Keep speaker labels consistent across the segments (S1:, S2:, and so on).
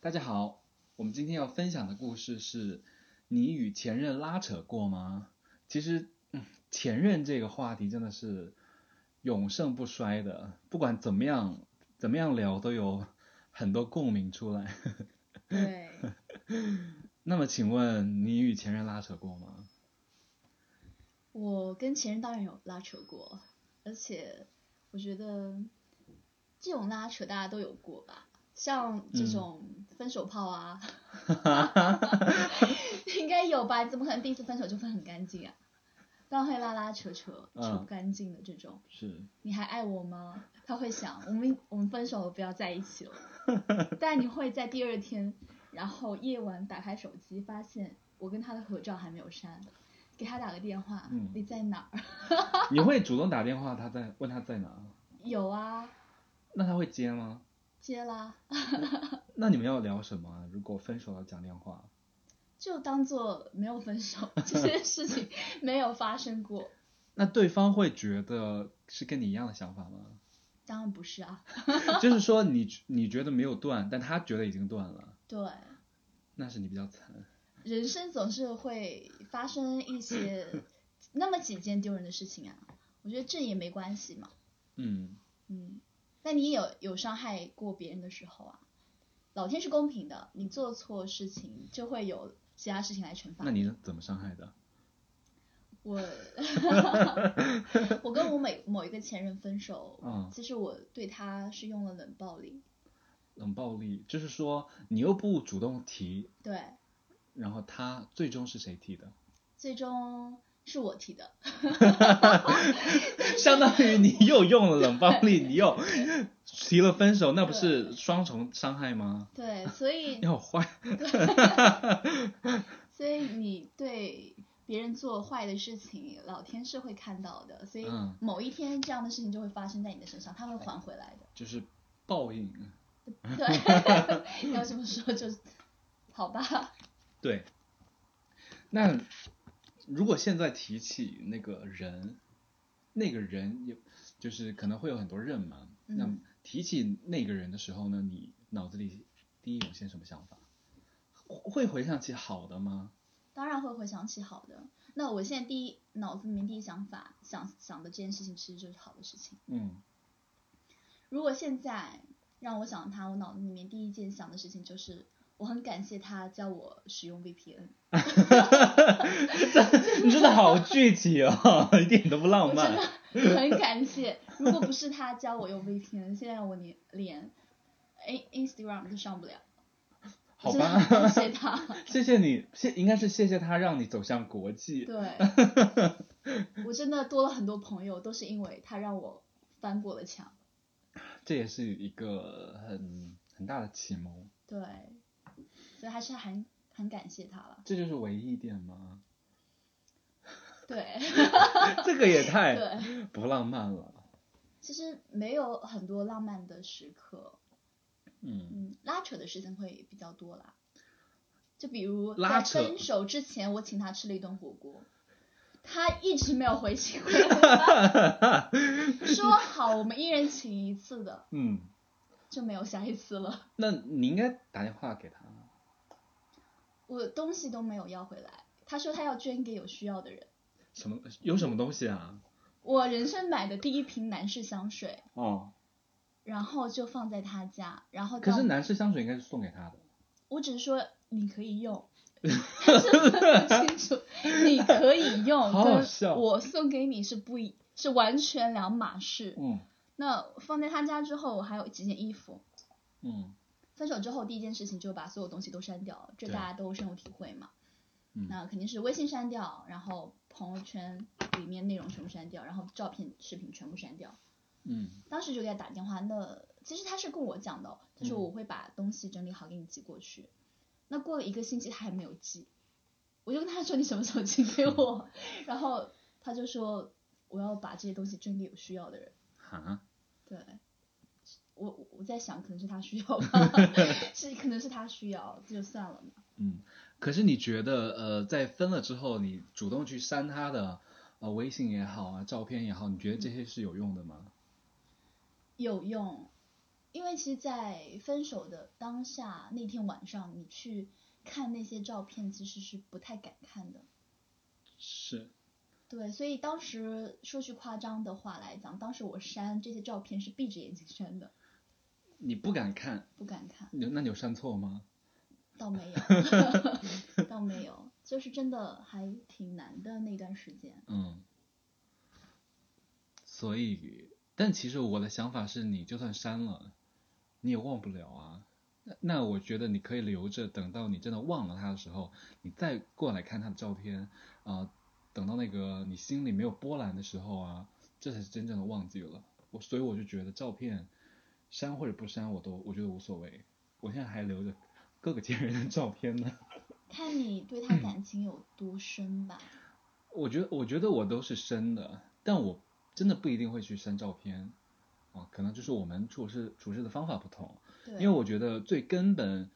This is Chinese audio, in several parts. S1: 大家好，我们今天要分享的故事是：你与前任拉扯过吗？其实，嗯前任这个话题真的是永盛不衰的，不管怎么样怎么样聊，都有很多共鸣出来。
S2: 对，
S1: 那么，请问你与前任拉扯过吗？
S2: 我跟前任当然有拉扯过，而且我觉得这种拉扯大家都有过吧，像这种分手炮啊，应该有吧？你怎么可能第一次分手就分很干净啊？当然会拉拉扯扯，
S1: 嗯
S2: 扯不干净的这种。
S1: 是，
S2: 你还爱我吗？他会想，我们我们分手了，不要在一起了。但你会在第二天，然后夜晚打开手机，发现我跟他的合照还没有删，给他打个电话，
S1: 嗯
S2: 你在哪儿？
S1: 你会主动打电话，他在问他在哪？
S2: 有啊，
S1: 那他会接吗？
S2: 接啦，
S1: 那你们要聊什么啊？如果分手了讲电话，
S2: 就当做没有分手， 这件事情没有发生过。
S1: 那对方会觉得是跟你一样的想法吗？
S2: 当然不是啊，
S1: 就是说你你觉得没有断，但他觉得已经断了，
S2: 对，
S1: 那是你比较惨。
S2: 人生总是会发生一些那么几件丢人的事情啊，我觉得这也没关系嘛。
S1: 嗯，
S2: 嗯，那你有有伤害过别人的时候啊？老天是公平的，你做错事情就会有其他事情来惩罚
S1: 那你怎么伤害的？
S2: 我。我跟我每某一个前任分手，
S1: 嗯
S2: 其实我对他是用了冷暴力，
S1: 冷暴力，就是说你又不主动提，
S2: 对，
S1: 然后他最终是谁提的？
S2: 最终是我提的，
S1: 相当于你又用了冷暴力，你又提了分手，那不是双重伤害吗？
S2: 对，所以
S1: 你好坏，
S2: 所以你对别人做坏的事情，老天是会看到的，所以
S1: 嗯
S2: 某一天这样的事情就会发生在你的身上，他会还回来的。
S1: 就是报应。
S2: 对，要这么说就是，好吧，
S1: 对，那如果现在提起那个人，那个人也就是可能会有很多人嘛。那
S2: 嗯
S1: 提起那个人的时候呢，你脑子里第一涌现什么想法？会会回想起好的吗？
S2: 当然会回想起好的。那我现在第一脑子里面第一想法想想的这件事情，其实就是好的事情。
S1: 嗯，
S2: 如果现在让我想他，我脑子里面第一件想的事情就是，我很感谢他教我使用 VPN，
S1: 你真的好具体哦，一点都不浪漫。
S2: 很感谢。如果不是他教我用 VPN，现在我连连 In Instagram 都上不了。
S1: 好
S2: 真的
S1: 吧，
S2: 很感谢他。
S1: 谢谢你，谢应该是谢谢他让你走向国际。
S2: 对， 我真的多了很多朋友，都是因为他让我翻过了墙。
S1: 这也是一个很很大的启蒙。
S2: 对，所以还是很很感谢他了。
S1: 这就是唯一一点吗？
S2: 对
S1: 这个也太
S2: 对，
S1: 不浪漫了。
S2: 其实没有很多浪漫的时刻，
S1: 嗯，
S2: 嗯，拉扯的事情会比较多啦。就比如
S1: 拉
S2: 在
S1: 扯
S2: 分手之前，我请他吃了一顿火锅，他一直没有回 请回我，说好我们一人请一次的，
S1: 嗯，
S2: 就没有下一次了。
S1: 那你应该打电话给他。
S2: 我东西都没有要回来。他说他要捐给有需要的人。
S1: 什么？有什么东西啊？
S2: 我人生买的第一瓶男士香水，
S1: 哦，
S2: 然后就放在他家，然后
S1: 可
S2: 到
S1: 是男士香水应该是送给他的。
S2: 我只是说你可 以用，他是分不清楚，你可以用
S1: 好好
S2: 跟
S1: 笑
S2: 我送给你是不一，是完全两码事。
S1: 嗯
S2: 那放在他家之后，我还有几件衣服。
S1: 嗯
S2: 分手之后第一件事情就把所有东西都删掉，这
S1: 对
S2: 大家都深有体会嘛。
S1: 嗯
S2: 那肯定是微信删掉，然后朋友圈里面内容全部删掉，然后照片、视频全部删掉。
S1: 嗯
S2: 当时就给他打电话，那其实他是跟我讲的哦，他说
S1: 嗯
S2: 我会把东西整理好给你寄过去。那过了一个星期他还没有寄，我就跟他说你什么时候寄给我？ 然后他就说我要把这些东西捐给有需要的人。
S1: 哈，
S2: 对，我我我在想可能是他需要吧，是可能是他需要，这就算了嘛。
S1: 嗯。可是你觉得，呃，在分了之后，你主动去删他的呃微信也好啊，照片也好，你觉得这些是有用的吗？
S2: 有用，因为其实，在分手的当下那天晚上，你去看那些照片，其实是不太敢看的。
S1: 是，
S2: 对，所以当时说句夸张的话来讲，当时我删这些照片是闭着眼睛删的，
S1: 你不敢看，
S2: 不敢看，
S1: 你那你有删错吗？
S2: 倒没有，倒没有，就是真的还挺难的那段时间。
S1: 嗯，所以，但其实我的想法是你就算删了，你也忘不了啊。那那我觉得你可以留着，等到你真的忘了他的时候，你再过来看他的照片啊、等到那个你心里没有波澜的时候啊，这才是真正的忘记了。我所以我就觉得照片删或者不删，我都我觉得无所谓。我现在还留着各个前人的照片呢。
S2: 看你对他感情有多深吧。
S1: 我觉得，我觉得我都是删的，但我真的不一定会去删照片，啊，可能就是我们处事处事的方法不同。
S2: 对，
S1: 因为我觉得最根本、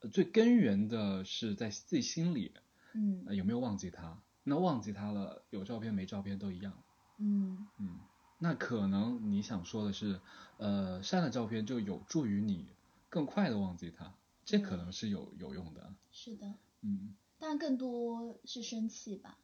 S1: 呃最根源的是在自己心里、
S2: 嗯
S1: 呃有没有忘记他。那忘记他了，有照片没照片都一样。
S2: 嗯，
S1: 嗯，那可能你想说的是，呃，删了照片就有助于你更快的忘记他，这可能是有有用的。
S2: 是的，
S1: 嗯，
S2: 但更多是生气吧。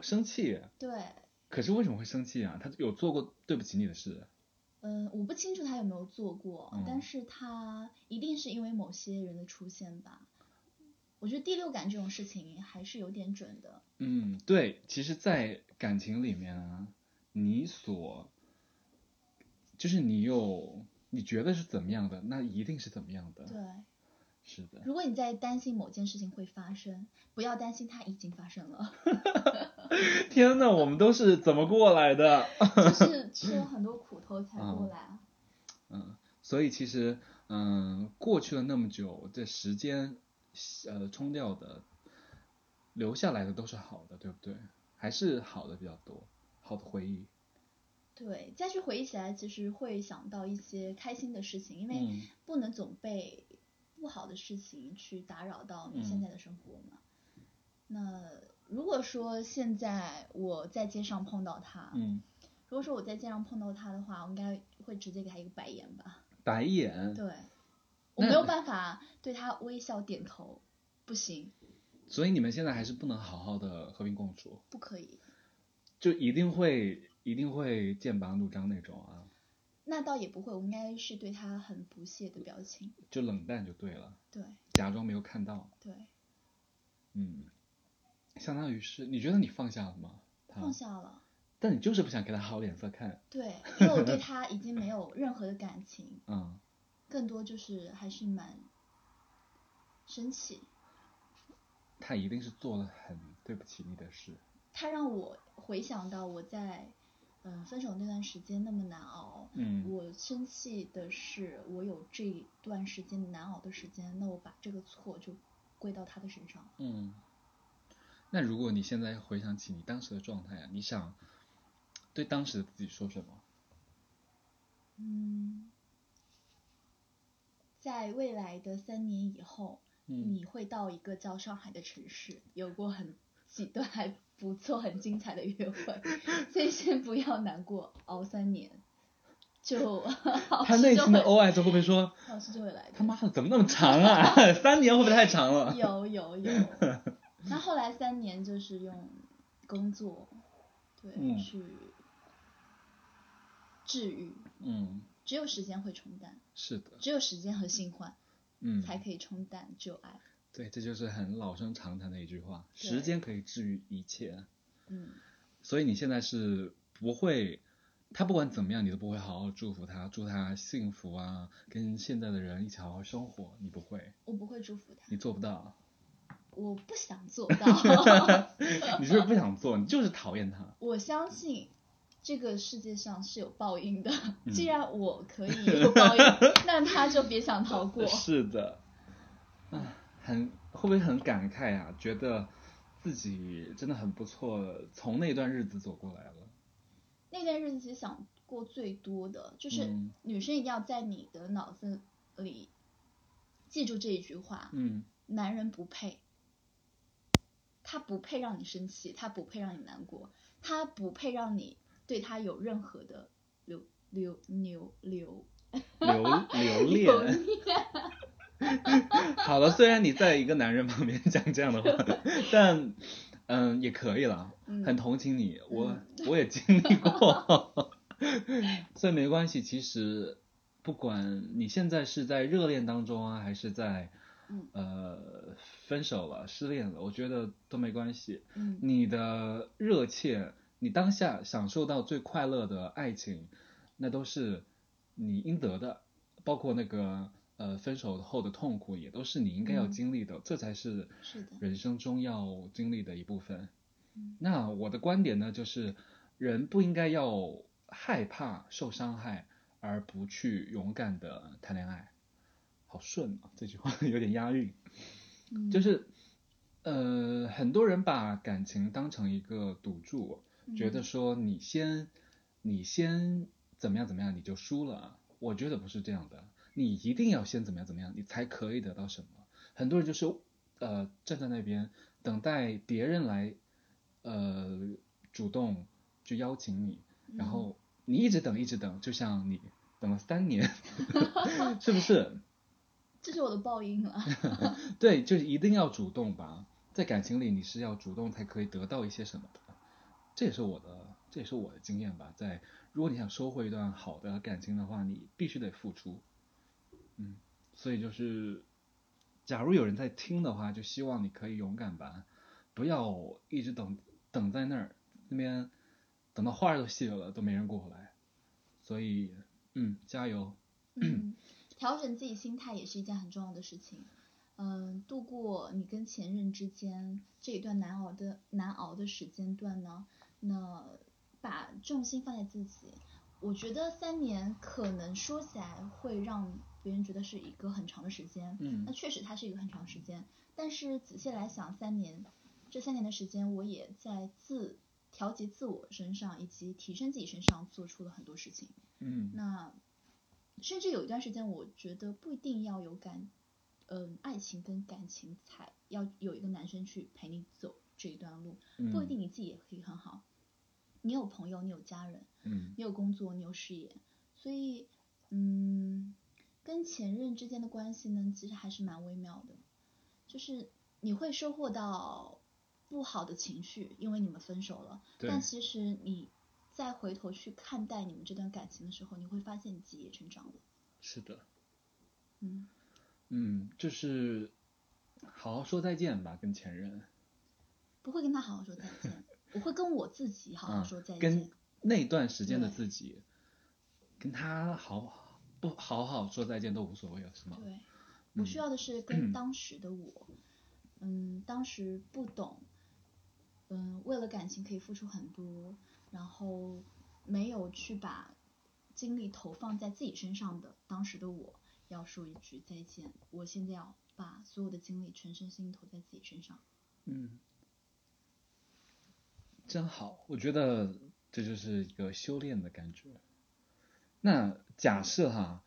S1: 生气，
S2: 对，
S1: 可是为什么会生气啊？他有做过对不起你的事？
S2: 嗯，我不清楚他有没有做过，
S1: 嗯
S2: 但是他一定是因为某些人的出现吧。我觉得第六感这种事情还是有点准的。
S1: 嗯，对，其实，在感情里面啊，你所就是你有你觉得是怎么样的，那一定是怎么样的。
S2: 对，
S1: 是的，
S2: 如果你在担心某件事情会发生，不要担心它已经发 生了，
S1: 天呐，我们都是怎么过来的？
S2: 就是吃了很多苦头才过
S1: 嗯
S2: 来啊。
S1: 嗯，所以其实，嗯，过去了那么久，这时间，呃，冲掉的，留下来的都是好的，对不对？还是好的比较多，好的回忆。
S2: 对，再去回忆起来，其实会想到一些开心的事情，因为
S1: 嗯
S2: 不能总被不好的事情去打扰到你现
S1: 嗯
S2: 在的生活嘛。那如果说现在我在街上碰到他，
S1: 嗯，
S2: 如果说我在街上碰到他的话，我应该会直接给他一个白眼吧？
S1: 白眼，
S2: 对，我
S1: 嗯那
S2: 没有办法对他微笑点头，不行，
S1: 所以你们现在还是不能好好的和平共处。
S2: 不可以。
S1: 就一定会一定会剑拔弩张那种啊，
S2: 那倒也不会，我应该是对他很不屑的表情。
S1: 就冷淡就对了，
S2: 对
S1: 假装没有看到，
S2: 对，
S1: 嗯，相当于是你觉得你放下了吗？他
S2: 放，下了。
S1: 但你就是不想给他好脸色看，
S2: 对，因为我对他已经没有任何的感情，
S1: 嗯，
S2: 更多就是还是蛮生气。
S1: 他一定是做了很对不起你的事，
S2: 他让我回想到我在嗯、呃分手那段时间那么难熬。
S1: 嗯
S2: 我生气的是，我有这段时间难熬的时间，那我把这个错就归到他的身上。
S1: 嗯。那如果你现在回想起你当时的状态啊，你想对当时的自己说什么？
S2: 嗯，在未来的三年以后，
S1: 嗯，
S2: 你会到一个叫上海的城市，有过很几段还不错、很精彩的约会， 所以先不要难过，熬三年，就 好
S1: 他
S2: 事
S1: 内
S2: 就
S1: 心的
S2: 会
S1: OS 会不会说
S2: 好事就会来的。
S1: 他妈的怎么那么长啊？ 三年会不会太长了？
S2: 有有有，那后来三年就是用工作，对，
S1: 嗯
S2: 去治愈，
S1: 嗯，
S2: 只有时间会冲淡，
S1: 是的，
S2: 只有时间和新欢
S1: 嗯，
S2: 才可以冲淡旧爱。
S1: 对，这就是很老生常谈的一句话，
S2: 对
S1: 时间可以治愈一切。
S2: 嗯，
S1: 所以你现在是不会，他不管怎么样，你都不会好好祝福他，祝他幸福啊，跟现在的人一起好好生活，你不会，
S2: 我不会祝福他，
S1: 你做不到，
S2: 我不想做到。
S1: 你就是不想做，你就是讨厌他。
S2: 我相信这个世界上是有报应的。
S1: 嗯
S2: 既然我可 以有报应，那他就别想逃过。
S1: 是的，啊，很会不会很感慨啊？觉得自己真的很不错，从那段日子走过来了。
S2: 那段日子其实想过最多的就是
S1: 嗯
S2: 女生一定要在你的脑子里记住这一句话：
S1: 嗯
S2: 男人不配，他不配让你生气，他不配让你难过，他不配让你对他有任何的留留留留
S1: 留 留恋。 好了，虽然你在一个男人旁边讲这样的 话，但嗯也可以了，很同情你，我我也经历过，所以没关系。其实不管你现在是在热恋当中啊，还是在
S2: 嗯
S1: 呃分手了、失恋了，我觉得都没关系。
S2: 嗯
S1: 你的热切，你当下享受到最快乐的爱情，那都是你应得的，包括那个呃分手后的痛苦，也都是你应该要
S2: 嗯
S1: 经历的，这才是
S2: 是的
S1: 人生中要经历的一部分
S2: 嗯。
S1: 那我的观点呢，就是人不应该要害怕受伤害，而不去勇敢的谈恋爱。好顺啊，这句话 有点押韵。
S2: 嗯
S1: 就是，呃，很多人把感情当成一个赌注，觉得
S2: 嗯
S1: 说你先，你先怎么样怎么样你就输了。啊我觉得不是这样的，你一定要先怎么样怎么样，你才可以得到什么。很多人就是，呃，站在那边等待别人来，呃，主动去邀请你，
S2: 嗯
S1: 然后你一直等一直等，就像你等了三年， 是不是？
S2: 这是我的报应了。
S1: 对，就是一定要主动吧，在感情里你是要主动才可以得到一些什么的，这也是我的，这也是我的经验吧。在如果你想收获一段好的感情的话，你必须得付出。嗯，所以就是，假如有人在听的话，就希望你可以勇敢吧，不要一直等等在那儿，那边等到花儿都谢了都没人过来。所以，嗯，加油。
S2: 嗯，调整自己心态也是一件很重要的事情。嗯，度过你跟前任之间这一段难熬的难熬的时间段呢，那把重心放在自己。我觉得三年可能说起来会让别人觉得是一个很长的时间，
S1: 嗯
S2: 那确实它是一个很长时间。但是仔细来想，三年，这三年的时间，我也在自调节自我身上以及提升自己身上做出了很多事情。
S1: 嗯
S2: 那甚至有一段时间，我觉得不一定要有感，嗯、爱情跟感情才要有一个男生去陪你走这一段路，
S1: 嗯，
S2: 不一定你自己也可以很好。你有朋友，你有家人，
S1: 嗯
S2: 你有工作，你有事业，所以，嗯，跟前任之间的关系呢，其实还是蛮微妙的，就是你会收获到不好的情绪，因为你们分手了，
S1: 对
S2: 但其实你再回头去看待你们这段感情的时候，你会发现你自己也成长了。
S1: 是的。
S2: 嗯，
S1: 嗯，就是好好说再见吧，跟前任，
S2: 不会跟他好好说再 见，我会跟我自己好好
S1: 嗯
S2: 说再见。
S1: 跟那段时间的
S2: 对
S1: 自己，跟他好不好好说再见都无所谓了，是吗？
S2: 对，我
S1: 嗯
S2: 需要的是跟当时的我，嗯，当时不懂，嗯，为了感情可以付出很多，然后没有去把精力投放在自己身上的当时的我，要说一句再见。我现在要把所有的精力全身心投在自己身上。
S1: 嗯，真好，我觉得这就是一个修炼的感觉。那假设哈，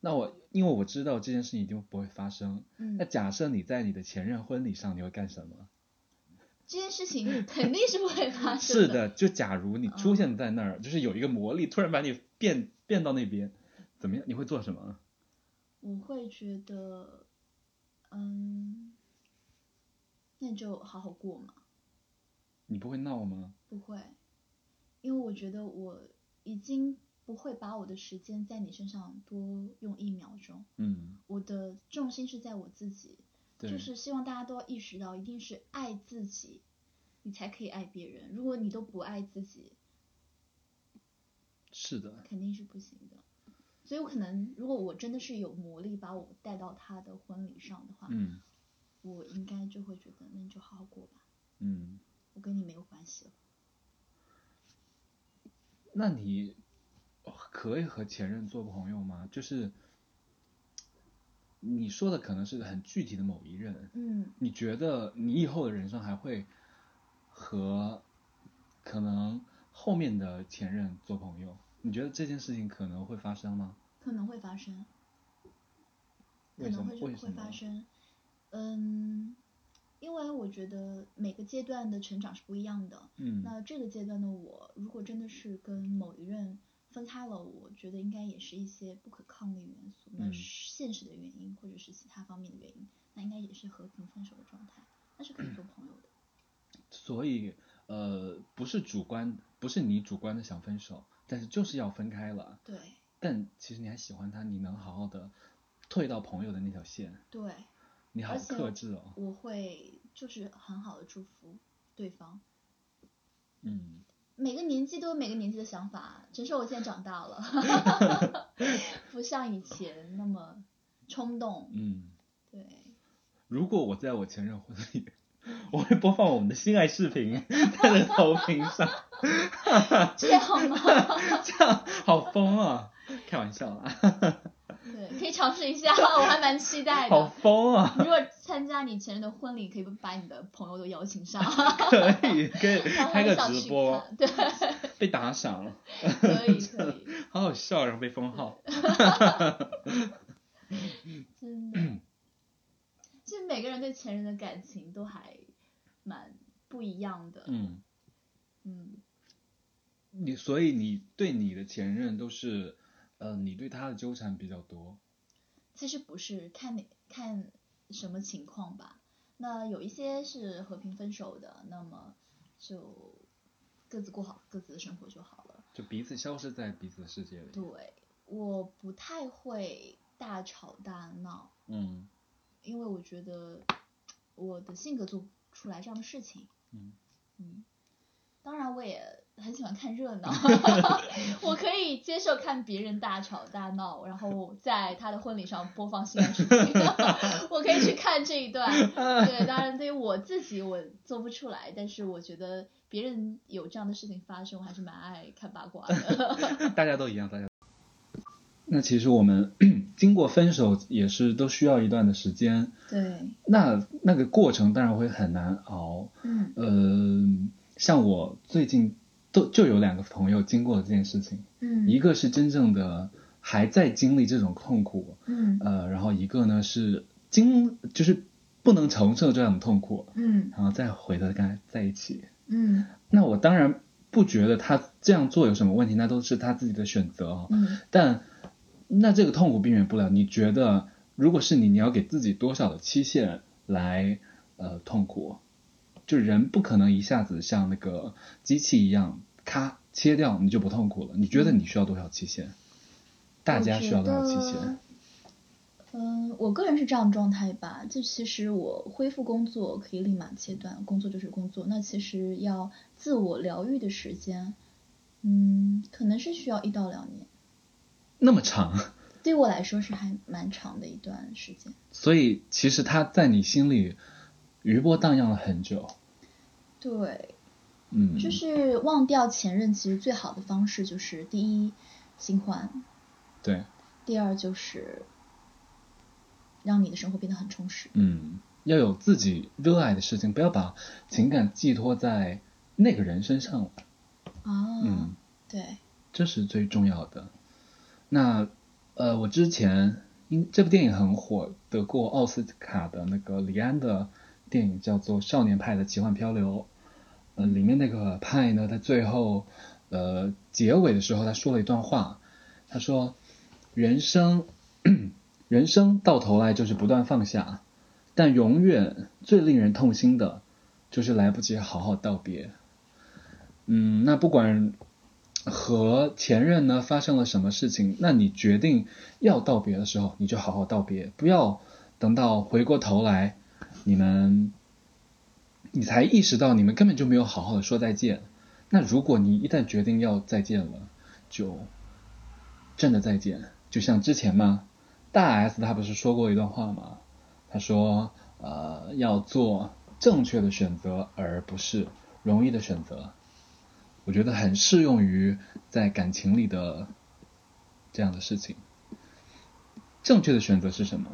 S1: 那我因为我知道这件事情一定不会发生，
S2: 嗯
S1: 那，假设你在你的前任婚礼上，你会干什么？
S2: 这件事情肯定是不嗯会发生
S1: 是的，就假如你出现在那儿，就是有一个魔力突然把你变变到那边，怎么样？你会做什么？
S2: 我会觉得，嗯，那就好好过嘛。
S1: 你不会闹吗？
S2: 不会，因为我觉得我已经不会把我的时间在你身上多用一秒钟，
S1: 嗯，
S2: 我的重心是在我自己，
S1: 对，
S2: 就是希望大家都要意识到，一定是爱自己，你才可以爱别人。如果你都不爱自己，
S1: 是的，
S2: 肯定是不行的。所以我可能，如果我真的是有魔力把我带到他的婚礼上的话，
S1: 嗯
S2: 我应该就会觉得，那你就好好过吧，
S1: 嗯，
S2: 我跟你没有关系了。
S1: 那你可以和前任做朋友吗？就是你说的可能是很具体的某一任，
S2: 嗯，
S1: 你觉得你以后的人生还会和可能后面的前任做朋友？你觉得这件事情可能会发生吗？
S2: 可能会发生。可
S1: 为什
S2: 能
S1: 么？
S2: 会
S1: 为
S2: 会
S1: 什么
S2: 发？生。嗯，因为我觉得每个阶段的成长是不一样的。
S1: 嗯
S2: 那这个阶段的我，如果真的是跟某一任分开了，我觉得应该也是一些不可抗力元素，那
S1: 嗯
S2: 是现实的原因或者是其他方面的原因，那应该也是和平分手的状态，那是可以做朋友的。
S1: 所以呃，不是主观，不是你主观的想分手，但是就是要分开了。
S2: 对
S1: 但其实你还喜欢他，你能好好的退到朋友的那条线，
S2: 对，
S1: 你好
S2: 而且
S1: 克制哦。
S2: 我会就是很好的祝福对方。
S1: 嗯，
S2: 每个年纪都有每个年纪的想法，只是我现在长大 了，不像以前那么冲动。
S1: 嗯，
S2: 对，
S1: 如果我在我前任婚礼， 我会播放我们的心爱视频 在那投屏上，
S2: 这样吗？
S1: 这样好疯啊！开玩笑啦，
S2: 对，可以尝试一下，我还蛮期待
S1: 好
S2: 的。
S1: 疯啊！
S2: 如果参加你前任的婚礼，可以把你的朋友都邀请 上，
S1: 可以可以
S2: 然后
S1: 开个
S2: 一起
S1: 直
S2: 去
S1: 播，
S2: 看。对，
S1: 被打赏，
S2: 可以 可以，
S1: 好好笑，然后被封号。
S2: 真的。其实每个人对前任的感情都还蛮不一样的。
S1: 嗯，
S2: 嗯，
S1: 你所以你对你的前任都是，呃，你对他的纠缠比较多。
S2: 其实不是看你看什么情况吧。那有一些是和平分手的，那么就各自过好各自的生活就好了。
S1: 就彼此消失在彼此的世界里。
S2: 对，我不太会大吵大闹，
S1: 嗯
S2: 因为我觉得我的性格做不出来这样的事情。
S1: 嗯
S2: 嗯，当然我也很喜欢看热闹，我可以接受看别人大吵大闹，然后在他的婚礼上播放新的事情，我可以去看这一段。对，当然对于我自己我做不出来，但是我觉得别人有这样的事情发生，我还是蛮爱看八卦的。
S1: 大家都一样，大家。那其实我们 经过分手也是都需要一段的时间，
S2: 对，
S1: 那那个过程当然会很难熬。
S2: 嗯
S1: 呃，像我最近都就有两个朋友经过了这件事情，
S2: 嗯
S1: 一个是真正的还在经历这种痛苦，
S2: 嗯
S1: 呃，然后一个呢是经就是不能承受这样的痛苦，
S2: 嗯
S1: 然后再回到跟他在一起。
S2: 嗯
S1: 那我当然不觉得他这样做有什么问题，那都是他自己的选择哦。
S2: 嗯，
S1: 但那这个痛苦避免不了，你觉得如果是你，你要给自己多少的期限来呃痛苦？就人不可能一下子像那个机器一样，咔切掉你就不痛苦了。你觉得你需要多少期限？大家需要多少期限？？
S2: 嗯、我个人是这样的状态吧，就其实我恢复工作可以立马切断，工作就是工作。那其实要自我疗愈的时间，嗯，可能是需要一到两年，
S1: 那么长，
S2: 对我来说是还蛮长的一段时间。
S1: 所以其实他在你心里余波荡漾了很久。
S2: 对，
S1: 嗯，
S2: 就是忘掉前任，其实最好的方式就是第一，新欢；
S1: 对，
S2: 第二就是让你的生活变得很充实。
S1: 嗯，要有自己热爱的事情，不要把情感寄托在那个人身上了。
S2: 啊，
S1: 嗯，
S2: 对，
S1: 这是最重要的。那呃，我之前因这部电影很火，得过奥斯卡的那个李安的电影叫做《少年派的奇幻漂流》，呃，里面那个派呢，他最后呃结尾的时候，他说了一段话，他说：“人生， 人生到头来就是不断放下，但永远最令人痛心的，就是来不及好好道别。”嗯，那不管和前任呢发生了什么事情，那你决定要道别的时候，你就好好道别，不要等到回过头来，你们你才意识到你们根本就没有好好的说再见。那如果你一旦决定要再见了，就真的再见。就像之前嘛，大 S 她不是说过一段话吗？她说，呃，要做正确的选择，而不是容易的选择。我觉得很适用于在感情里的这样的事情。正确的选择是什么？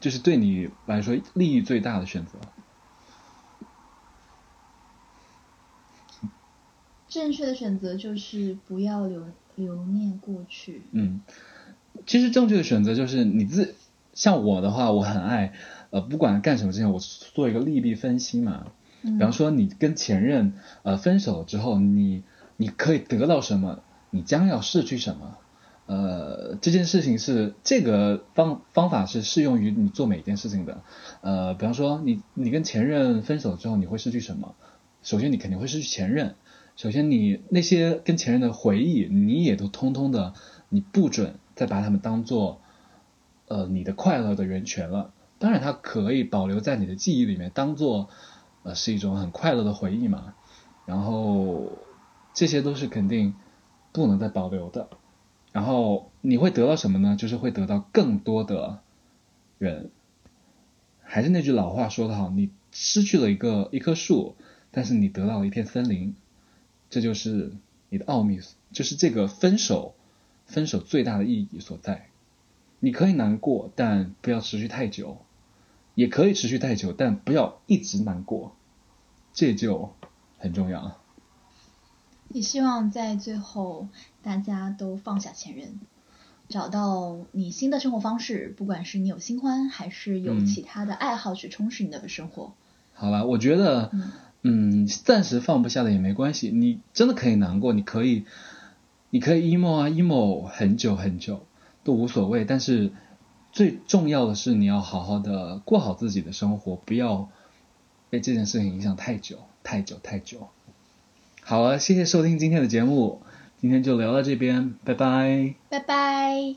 S1: 就是对你来说利益最大的选择。
S2: 正确的选择就是不要留留念过去。
S1: 嗯，其实正确的选择就是你自，像我的话，我很爱，呃，不管干什么事情，我做一个利弊分析嘛。
S2: 嗯
S1: 比方说，你跟前任呃分手之后，你你可以得到什么？你将要失去什么。呃，这件事情是这个方方法是适用于你做每一件事情的。呃，比方说你你跟前任分手之后，你会失去什么？首先你肯定会失去前任，首先你那些跟前任的回忆，你也都通通的，你不准再把他们当做呃你的快乐的源泉了。当然，它可以保留在你的记忆里面，当做呃是一种很快乐的回忆嘛。然后这些都是肯定不能再保留的。然后你会得到什么呢？就是会得到更多的人。还是那句老话说得好，你失去了一个一棵树，但是你得到了一片森林，这就是你的奥秘，就是这个分手，分手最大的意义所在。你可以难过，但不要持续太久；也可以持续太久，但不要一直难过，这就很重要。
S2: 嗯也希望在最后大家都放下前任，找到你新的生活方式，不管是你有新欢，还是有
S1: 嗯
S2: 其他的爱好去充实你的生活。
S1: 好了，我觉得，嗯，暂时放不下的也没关系，你真的可以难过，你可以，你可以 emo 啊 emo 很久很久都无所谓，但是最重要的是你要好好的过好自己的生活，不要被这件事情影响太久太久太久。好了，谢谢收听今天的节目，今天就聊到这边，拜拜。
S2: 拜拜。